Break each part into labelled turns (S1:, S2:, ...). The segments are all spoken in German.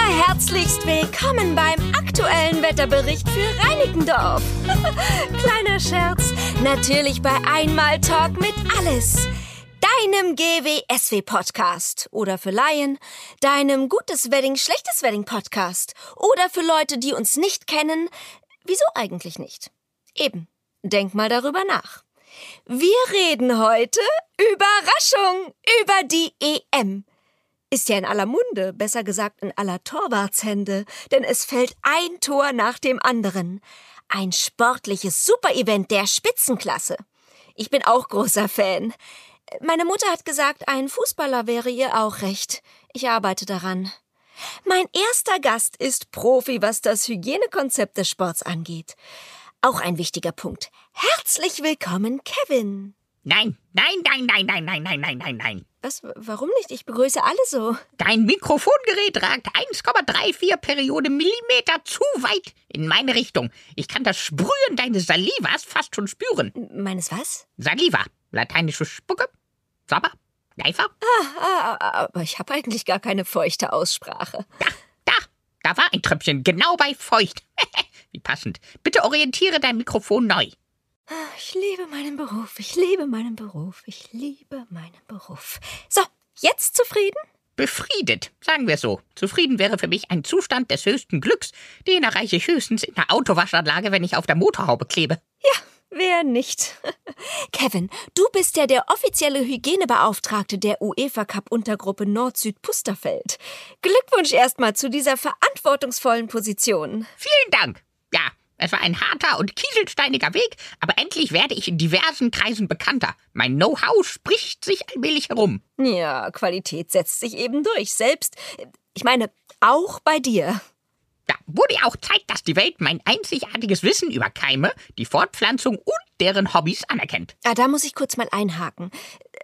S1: Herzlichst willkommen beim aktuellen Wetterbericht für Reinickendorf. Kleiner Scherz, natürlich bei Einmal Talk mit alles. Deinem GWSW-Podcast oder für Laien, deinem Gutes Wedding, Schlechtes Wedding-Podcast oder für Leute, die uns nicht kennen. Wieso eigentlich nicht? Eben, denk mal darüber nach. Wir reden heute, Überraschung, über die E EM ist ja in aller Munde, besser gesagt in aller Torwartshände, denn es fällt ein Tor nach dem anderen. Ein sportliches Superevent der Spitzenklasse. Ich bin auch großer Fan. Meine Mutter hat gesagt, ein Fußballer wäre ihr auch recht. Ich arbeite daran. Mein erster Gast ist Profi, was das Hygienekonzept des Sports angeht. Auch ein wichtiger Punkt. Herzlich willkommen, Kevin.
S2: Nein, nein, nein, nein, nein, nein, nein, nein, nein, nein.
S1: Was, warum nicht? Ich begrüße alle so.
S2: Dein Mikrofongerät ragt 1,34 Periode Millimeter zu weit in meine Richtung. Ich kann das Sprühen deines Salivas fast schon spüren.
S1: Meines was?
S2: Saliva, lateinische Spucke, Sabber, Leifer.
S1: Ah, aber ich habe eigentlich gar keine feuchte Aussprache.
S2: Da, da, da war ein Tröpfchen, genau bei feucht. Wie passend. Bitte orientiere dein Mikrofon neu.
S1: Ich liebe meinen Beruf, ich liebe meinen Beruf, ich liebe meinen Beruf. So, jetzt zufrieden?
S2: Befriedet, sagen wir so. Zufrieden wäre für mich ein Zustand des höchsten Glücks. Den erreiche ich höchstens in der Autowaschanlage, wenn ich auf der Motorhaube klebe.
S1: Ja, wer nicht? Kevin, du bist ja der offizielle Hygienebeauftragte der UEFA Cup Untergruppe Nord-Süd-Pusterfeld. Glückwunsch erstmal zu dieser verantwortungsvollen Position.
S2: Vielen Dank. Ja, es war ein harter und kieselsteiniger Weg, aber endlich werde ich in diversen Kreisen bekannter. Mein Know-how spricht sich allmählich herum.
S1: Ja, Qualität setzt sich eben durch, selbst, ich meine, auch bei dir.
S2: Da wurde auch Zeit, dass die Welt mein einzigartiges Wissen über Keime, die Fortpflanzung und deren Hobbys anerkennt.
S1: Ah, da muss ich kurz mal einhaken.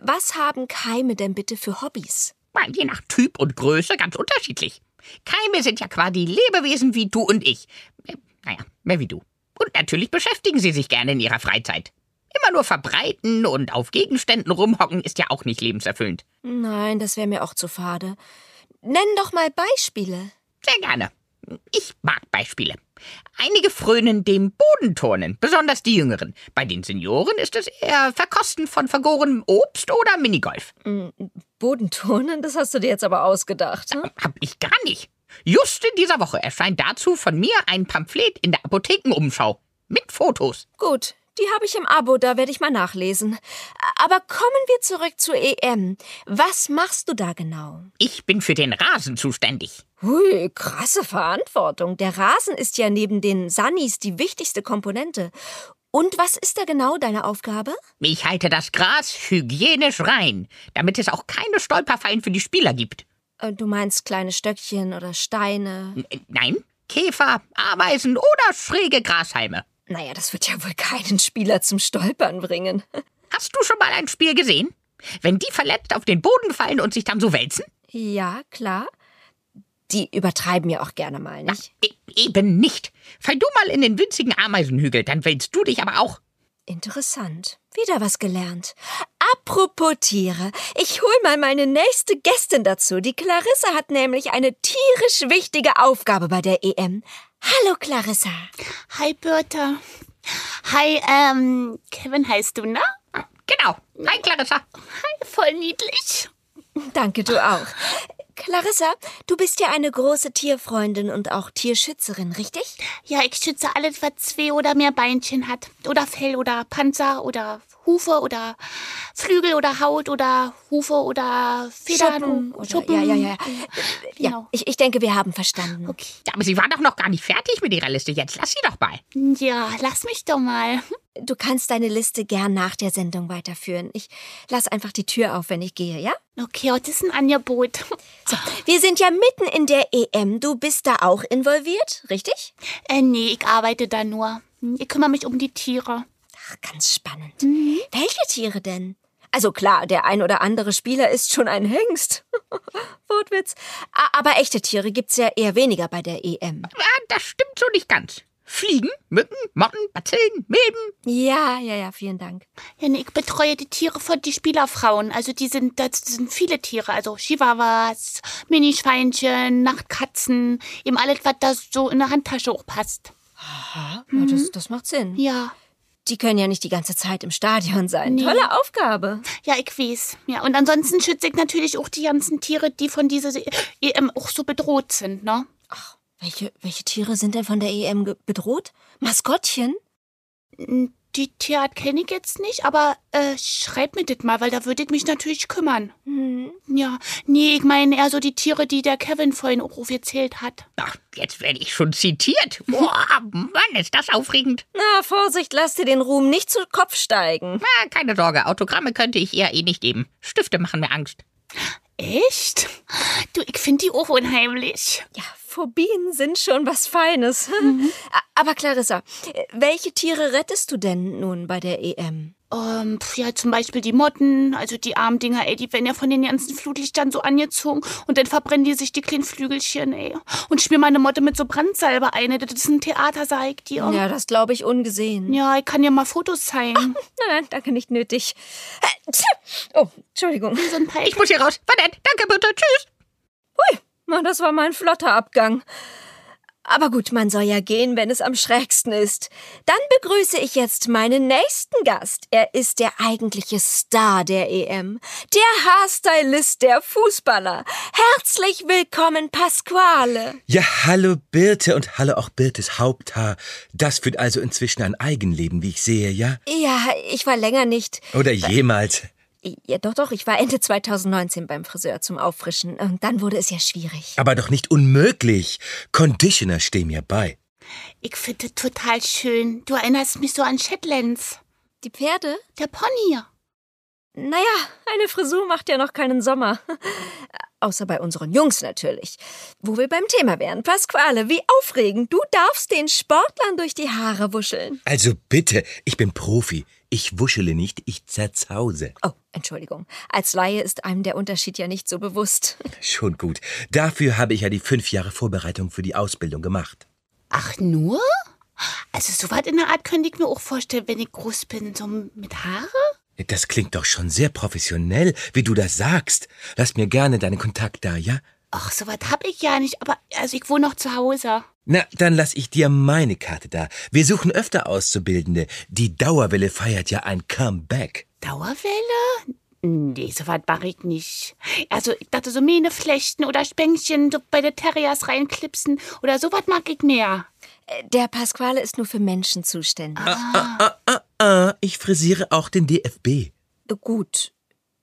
S1: Was haben Keime denn bitte für Hobbys?
S2: Weil je nach Typ und Größe ganz unterschiedlich. Keime sind ja quasi Lebewesen wie du und ich. Äh, Naja, mehr wie du. Und natürlich beschäftigen sie sich gerne in ihrer Freizeit. Immer nur verbreiten und auf Gegenständen rumhocken ist ja auch nicht lebenserfüllend.
S1: Nein, das wäre mir auch zu fade. Nenn doch mal Beispiele.
S2: Sehr gerne. Ich mag Beispiele. Einige frönen dem Bodenturnen, besonders die Jüngeren. Bei den Senioren ist es eher Verkosten von vergorenem Obst oder Minigolf.
S1: Bodenturnen, das hast du dir jetzt aber ausgedacht. Hm?
S2: Hab ich gar nicht. Just in dieser Woche erscheint dazu von mir ein Pamphlet in der Apothekenumschau. Mit Fotos.
S1: Gut, die habe ich im Abo, da werde ich mal nachlesen. Aber kommen wir zurück zur EM. Was machst du da genau?
S2: Ich bin für den Rasen zuständig.
S1: Hui, krasse Verantwortung. Der Rasen ist ja neben den Sunnies die wichtigste Komponente. Und was ist da genau deine Aufgabe?
S2: Ich halte das Gras hygienisch rein, damit es auch keine Stolperfallen für die Spieler gibt.
S1: Äh, Du meinst kleine Stöckchen oder Steine.
S2: N- äh, Nein, Käfer, Ameisen oder schräge Grashalme.
S1: Naja, das wird ja wohl keinen Spieler zum Stolpern bringen.
S2: Hast du schon mal ein Spiel gesehen? Wenn die verletzt auf den Boden fallen und sich dann so wälzen?
S1: Ja, klar. Die übertreiben ja auch gerne mal, nicht?
S2: E eben nicht. Fall du mal in den winzigen Ameisenhügel, dann wälzt du dich aber auch.
S1: Interessant. Wieder was gelernt. Apropos Tiere. Ich hol mal meine nächste Gästin dazu. Die Clarissa hat nämlich eine tierisch wichtige Aufgabe bei der EM. Hallo Clarissa.
S3: Hi Bertha. Hi, ähm, Kevin heißt du, ne?
S2: Genau. Hi, Clarissa.
S3: Hi, voll niedlich.
S1: Danke, du auch. Clarissa, du bist ja eine große Tierfreundin und auch Tierschützerin, richtig?
S3: Ja, ich schütze alles, was zwei oder mehr Beinchen hat. Oder Fell oder Panzer oder Hufe oder Flügel oder Haut oder Hufe oder Federn.
S1: oder, Ja, ja, ja. Ja,
S3: Genau.
S1: ich, ich denke, wir haben verstanden.
S3: Okay.
S2: Ja, aber sie war doch noch gar nicht fertig mit ihrer Liste. Jetzt lass sie doch mal.
S3: Ja, lass mich doch mal.
S1: Du kannst deine Liste gern nach der Sendung weiterführen. Ich lass einfach die Tür auf, wenn ich gehe, ja?
S3: Okay, heute ist ein Angebot.
S1: So, wir sind ja mitten in der EM. Du bist da auch involviert, richtig?
S3: Äh, nee, ich arbeite da nur. Ich kümmere mich um die Tiere.
S1: Ach, ganz spannend. Welche Tiere denn? Also klar, der ein oder andere Spieler ist schon ein Hengst. Wortwitz. A- Aber echte Tiere gibt's ja eher weniger bei der E EM.
S2: Ja, das stimmt so nicht ganz. Fliegen, Mücken, Motten, Bazillen, Milben.
S1: Ja, ja, ja, vielen Dank.
S3: Ja, nee, ich betreue die Tiere von die Spielerfrauen. Also die sind, das sind viele Tiere. Also Chihuahuas, Minischweinchen, Nachtkatzen, eben alles, was da so in der Handtasche auch passt.
S1: Ja, das, das macht Sinn.
S3: Ja,
S1: Die können ja nicht die ganze Zeit im Stadion sein. Tolle Aufgabe.
S3: ja, ich weiß. Ja, und ansonsten schütze ich natürlich auch die ganzen Tiere, die von dieser EM auch so bedroht sind, ne?
S1: Welche, welche Tiere sind denn von der EM ge- bedroht? Maskottchen?
S3: Die Tierart kenne ich jetzt nicht, aber äh, schreib mir das mal, weil da würde ich mich natürlich kümmern. Ja, nee, ich meine eher so die Tiere, die der Kevin vorhin auch aufgezählt hat.
S2: Ach, jetzt werde ich schon zitiert. Boah, Mann, ist das aufregend.
S1: Na, Vorsicht, lass dir den Ruhm nicht zu Kopf steigen.
S2: Na, keine Sorge, Autogramme könnte ich eher eh nicht geben. Stifte machen mir Angst.
S3: Echt? Du, ich finde die auch unheimlich.
S1: Ja, Phobien sind schon was Feines. A- Aber Clarissa, äh, welche Tiere rettest du denn nun bei der E EM?
S3: Ähm, pf, ja, zum Beispiel die Motten, also die armen Dinger, ey, die werden ja von den ganzen Flutlichtern so angezogen und dann verbrennen die sich die kleinen Flügelchen, ey. Und schmier meine Motte mit so Brandsalbe ein, das ist ein Theater, sag ich dir.
S1: Ja, das glaube ich ungesehen.
S3: Ja, ich kann dir mal Fotos zeigen.
S1: Nein, nein, danke, nicht nötig. Oh, Entschuldigung.
S3: So ein paar
S2: Ich muss hier raus. Verdammt, danke bitte. Tschüss.
S1: Na, das war mein flotter Abgang. Aber gut, man soll ja gehen, wenn es am schrägsten ist. Dann begrüße ich jetzt meinen nächsten Gast. Er ist der eigentliche Star der EM. Der Haarstylist der Fußballer. Herzlich willkommen, Pasquale.
S4: Ja, hallo Birte und hallo auch Birtes Haupthaar. Das führt also inzwischen ein Eigenleben, wie ich sehe, ja?
S1: Ja, ich war länger nicht.
S4: Oder jemals.
S1: Ja, doch, doch, ich war Ende 2019 beim Friseur zum Auffrischen. Und dann wurde es ja schwierig.
S4: Aber doch nicht unmöglich. Conditioner stehen mir bei.
S3: Ich finde das total schön. Du erinnerst mich so an Shetlands.
S1: Die Pferde?
S3: Der Pony.
S1: Naja, eine Frisur macht ja noch keinen Sommer. Außer bei unseren Jungs natürlich. Wo wir beim Thema wären. Pasquale, wie aufregend. Du darfst den Sportlern durch die Haare wuscheln.
S4: Also bitte, ich bin Profi. Ich wuschele nicht, ich zerzause.
S1: Oh, Entschuldigung. Als Laie ist einem der Unterschied ja nicht so bewusst.
S4: Schon gut. Dafür habe ich ja die fünf Jahre Vorbereitung für die Ausbildung gemacht.
S3: Ach, nur? Also, so was in der Art könnte ich mir auch vorstellen, wenn ich groß bin, so mit Haare?
S4: Das klingt doch schon sehr professionell, wie du das sagst. Lass mir gerne deinen Kontakt da, ja?
S3: Ach, so was hab ich ja nicht, aber also ich wohne noch zu Hause.
S4: Na, dann lass ich dir meine Karte da. Wir suchen öfter Auszubildende. Die Dauerwelle feiert ja ein Comeback.
S3: Dauerwelle? Nee, so was mach ich nicht. Also, ich dachte, so Mähne flechten oder Spänkchen so bei den Terriers reinklipsen oder so was mag ich mehr.
S1: Äh, Der Pasquale ist nur für Menschen zuständig.
S4: Ah, ah, ah, ich frisiere auch den DFB.
S1: Gut.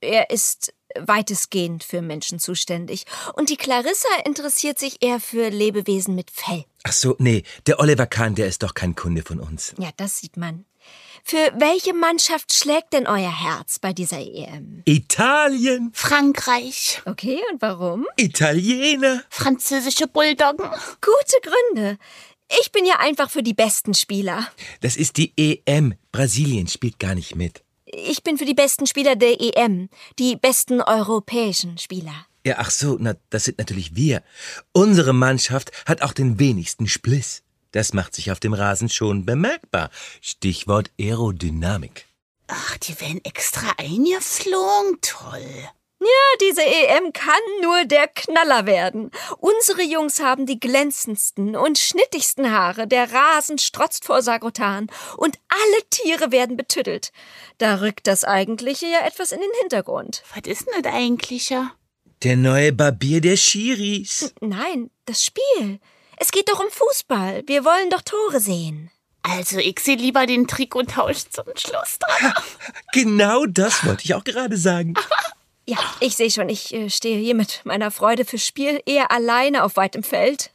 S1: Er ist weitestgehend für Menschen zuständig. Und die Clarissa interessiert sich eher für Lebewesen mit Fell.
S4: Ach so, nee, der Oliver Kahn, der ist doch kein Kunde von uns.
S1: Ja, das sieht man. Für welche Mannschaft schlägt denn euer Herz bei dieser E EM?
S4: Italien!
S3: Frankreich,
S1: Okay, und warum?
S4: Italiener!
S3: französische Bulldoggen.
S1: Gute Gründe. Ich bin ja einfach für die besten Spieler.
S4: Das ist die EM. Brasilien spielt gar nicht mit.
S1: Ich bin für die besten Spieler der EM, die besten europäischen Spieler.
S4: Ja, ach so, na, das sind natürlich wir. Unsere Mannschaft hat auch den wenigsten Spliss. Das macht sich auf dem Rasen schon bemerkbar. Stichwort Aerodynamik.
S3: Ach, die werden extra eingeflogen. Toll.
S1: Ja, diese EM kann nur der Knaller werden. Unsere Jungs haben die glänzendsten und schnittigsten Haare. Der Rasen strotzt vor Sagrotan und alle Tiere werden betüttelt. Da rückt das Eigentliche ja etwas in den Hintergrund.
S3: Was ist denn das eigentlich? ja?
S4: Der neue Barbier der Schiris.
S1: Nein, das Spiel. Es geht doch um Fußball. Wir wollen doch Tore sehen.
S3: Also, ich sehe lieber den Trikottausch zum Schluss dran.
S4: Genau das wollte ich auch gerade sagen.
S1: Ja, ich sehe schon, ich äh, stehe hier mit meiner Freude fürs Spiel eher alleine auf weitem Feld.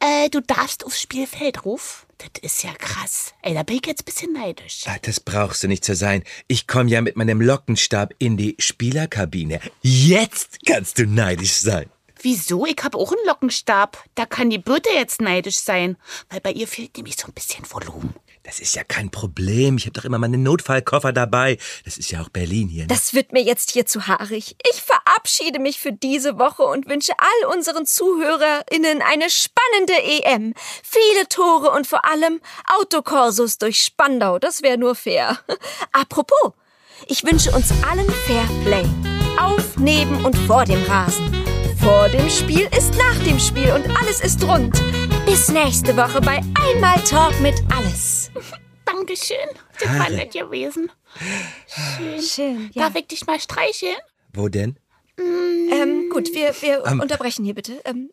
S3: Äh, du darfst aufs Spielfeld ruf. Das ist ja krass. Ey, da bin ich jetzt ein bisschen neidisch.
S4: Ah, Das brauchst du nicht zu sein. Ich komme ja mit meinem Lockenstab in die Spielerkabine. Jetzt kannst du neidisch sein.
S3: Wieso? Ich habe auch einen Lockenstab. Da kann die Birte jetzt neidisch sein. Weil bei ihr fehlt nämlich so ein bisschen Volumen.
S4: Das ist ja kein Problem. Ich habe doch immer meinen Notfallkoffer dabei. Das ist ja auch Berlin hier. Ne?
S1: Das wird mir jetzt hier zu haarig. Ich verabschiede mich für diese Woche und wünsche all unseren ZuhörerInnen eine spannende EM. Viele Tore und vor allem Autokorsus durch Spandau. Das wäre nur fair. Apropos, ich wünsche uns allen Fair Play. Auf, neben und vor dem Rasen. Vor dem Spiel ist nach dem Spiel und alles ist rund. Bis nächste Woche bei Einmal Talk mit Alles.
S3: Dankeschön. Das war nett gewesen.
S1: Schön.
S3: Darf ich dich mal streicheln?
S4: Wo denn?
S1: Ähm, gut, wir, wir unterbrechen hier bitte. Ähm,